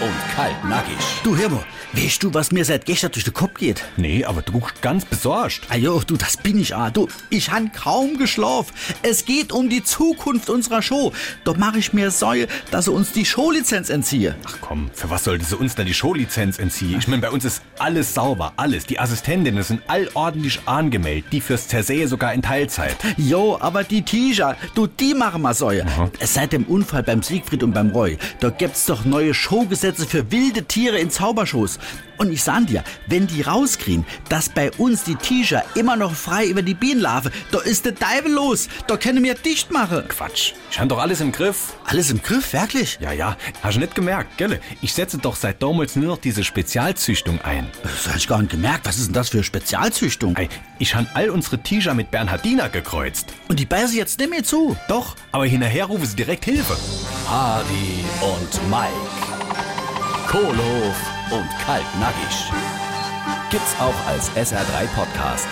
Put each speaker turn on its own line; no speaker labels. und Kaltnackig.
Du, hör mal, weißt du, was mir seit gestern durch den Kopf geht?
Nee, aber du guckst ganz besorgt.
Ah jo, du, das bin ich auch. Du, ich han kaum geschlafen. Es geht um die Zukunft unserer Show. Doch mache ich mir Sorge, dass sie uns die Showlizenz entziehe.
Ach komm, für was sollte sie uns denn die Showlizenz entziehen? Ich meine, bei uns ist alles sauber, alles. Die Assistentinnen sind allordentlich angemeldet, die fürs Zersee sogar in Teilzeit.
Jo, aber die Tisha, du, die machen mal Säue. Seit dem Unfall beim Siegfried und beim Roy, da gibt's doch neue Showgesetze für wilde Tiere in Zaubershows. Und ich sag dir, wenn die rauskriegen, dass bei uns die Tisha immer noch frei über die Bienenlarve, da ist der Teufel los, da können wir dicht machen.
Quatsch. Ich habe doch alles im Griff.
Alles im Griff, wirklich?
Ja, ja, hast du nicht gemerkt, gell? Ich setze doch seit damals nur noch diese Spezialzüchtung ein.
Das hab ich gar nicht gemerkt. Was ist denn das für eine Spezialzüchtung?
Ei, ich habe all unsere Tischer mit Bernhardiner gekreuzt.
Und die beißen jetzt nicht mehr zu.
Doch, aber hinterher rufen sie direkt Hilfe.
Hardy und Mike, Kohlhof und Kaltnackig. Gibt's auch als SR3 Podcast.